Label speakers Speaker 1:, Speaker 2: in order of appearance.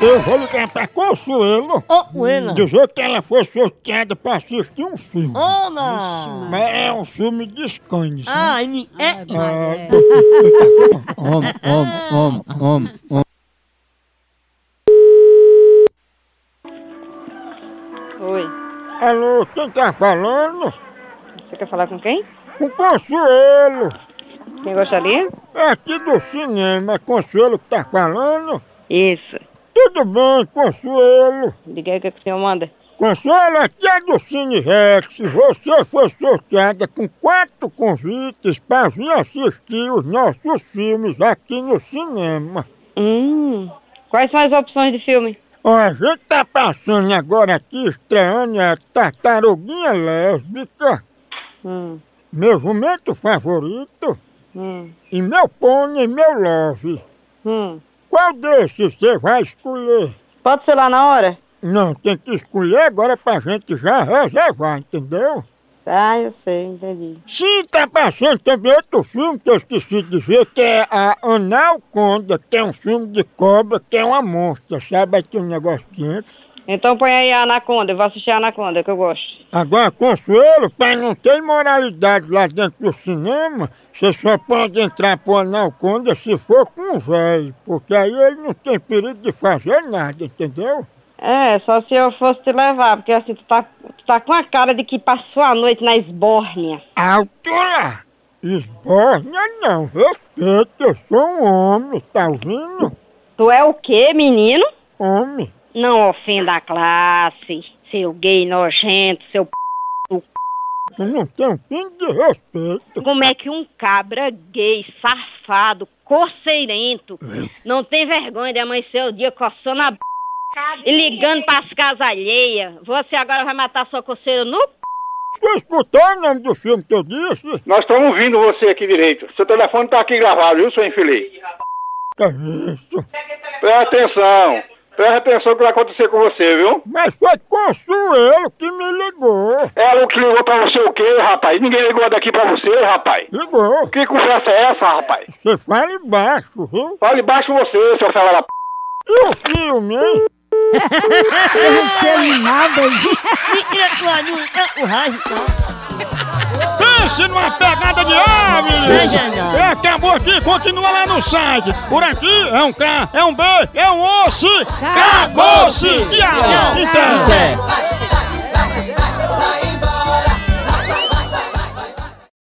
Speaker 1: Eu vou ligar pra Consuelo.
Speaker 2: Ô, Uena.
Speaker 1: Dizer que ela foi sorteada pra assistir um filme.
Speaker 2: Ona.
Speaker 1: Mas é um filme de escândalo.
Speaker 2: Ah, ele é.
Speaker 1: É,
Speaker 3: Homem, homem, homem, homem, homem.
Speaker 4: Oi,
Speaker 1: Alô, quem tá falando?
Speaker 4: você quer falar com quem?
Speaker 1: Com Consuelo.
Speaker 4: Quem gostaria?
Speaker 1: É aqui do cinema, é Consuelo que tá falando.
Speaker 4: Isso.
Speaker 1: Tudo bem, Consuelo.
Speaker 4: Diga aí o que, é que o senhor manda.
Speaker 1: Consuelo, aqui é do Cine Rex. Você foi sorteada com quatro convites para vir assistir os nossos filmes aqui no cinema.
Speaker 4: Hum, quais são as opções de filme?
Speaker 1: Ó, a gente tá passando agora aqui, estreando a Tartaruguinha Lésbica,
Speaker 4: Hum,
Speaker 1: meu jumento favorito,
Speaker 4: hum,
Speaker 1: e meu pônei, meu love.
Speaker 4: hum.
Speaker 1: Qual desses você vai escolher?
Speaker 4: Pode ser lá na hora?
Speaker 1: Não, tem que escolher agora pra gente já reservar, entendeu?
Speaker 4: Ah, eu sei, entendi.
Speaker 1: Sim, tá passando também outro filme que eu esqueci de dizer, que é a Anaconda, que é um filme de cobra, que é uma monstra, sabe? Aí tem um negócio quente.
Speaker 4: Então põe aí a Anaconda, eu vou assistir a Anaconda, que eu gosto.
Speaker 1: Agora, Consuelo, pra não ter imoralidade lá dentro do cinema, você só pode entrar pro Anaconda se for com o velho, porque aí ele não tem perigo de fazer nada, entendeu?
Speaker 4: É, só se eu fosse te levar, porque assim, tu tá, tu tá com a cara de que passou a noite na esbórnia.
Speaker 1: Alto lá! Esborna não, respeita, eu sou um homem, tá ouvindo?
Speaker 4: Tu é o quê, menino?
Speaker 1: Homem.
Speaker 4: Não ofenda a classe, seu gay nojento, seu p...
Speaker 1: Tu não tem um pingo de respeito.
Speaker 4: Como é que um cabra gay, safado, coceirento, não tem vergonha de amanhecer o dia coçando a b... e ligando pras casas alheias? Você agora vai matar sua coceira no p...
Speaker 1: Tu escutou o nome do filme que eu disse?
Speaker 5: Nós estamos ouvindo você aqui direito. Seu telefone está aqui gravado, viu, seu infeliz?
Speaker 1: Que É isso?
Speaker 5: Presta atenção. Presta atenção no que vai acontecer com você, viu?
Speaker 1: Mas foi Consuelo que me ligou.
Speaker 5: Ela É que ligou pra você o quê, rapaz? Ninguém ligou daqui pra você, rapaz.
Speaker 1: Ligou.
Speaker 5: Que conversa é essa, rapaz?
Speaker 1: Você fala embaixo, viu?
Speaker 5: Fale baixo você, seu fela da p...
Speaker 1: E o filme, hein?
Speaker 2: Mentira, tu é o raio.
Speaker 1: Pense numa pegada de ar,
Speaker 2: Veja, não.
Speaker 1: menino! É, Acabou aqui, continua lá no site. Por aqui é um K, é um B, é um osso. Acabou-se! Tchau! Então.
Speaker 3: É.
Speaker 6: vai, vai.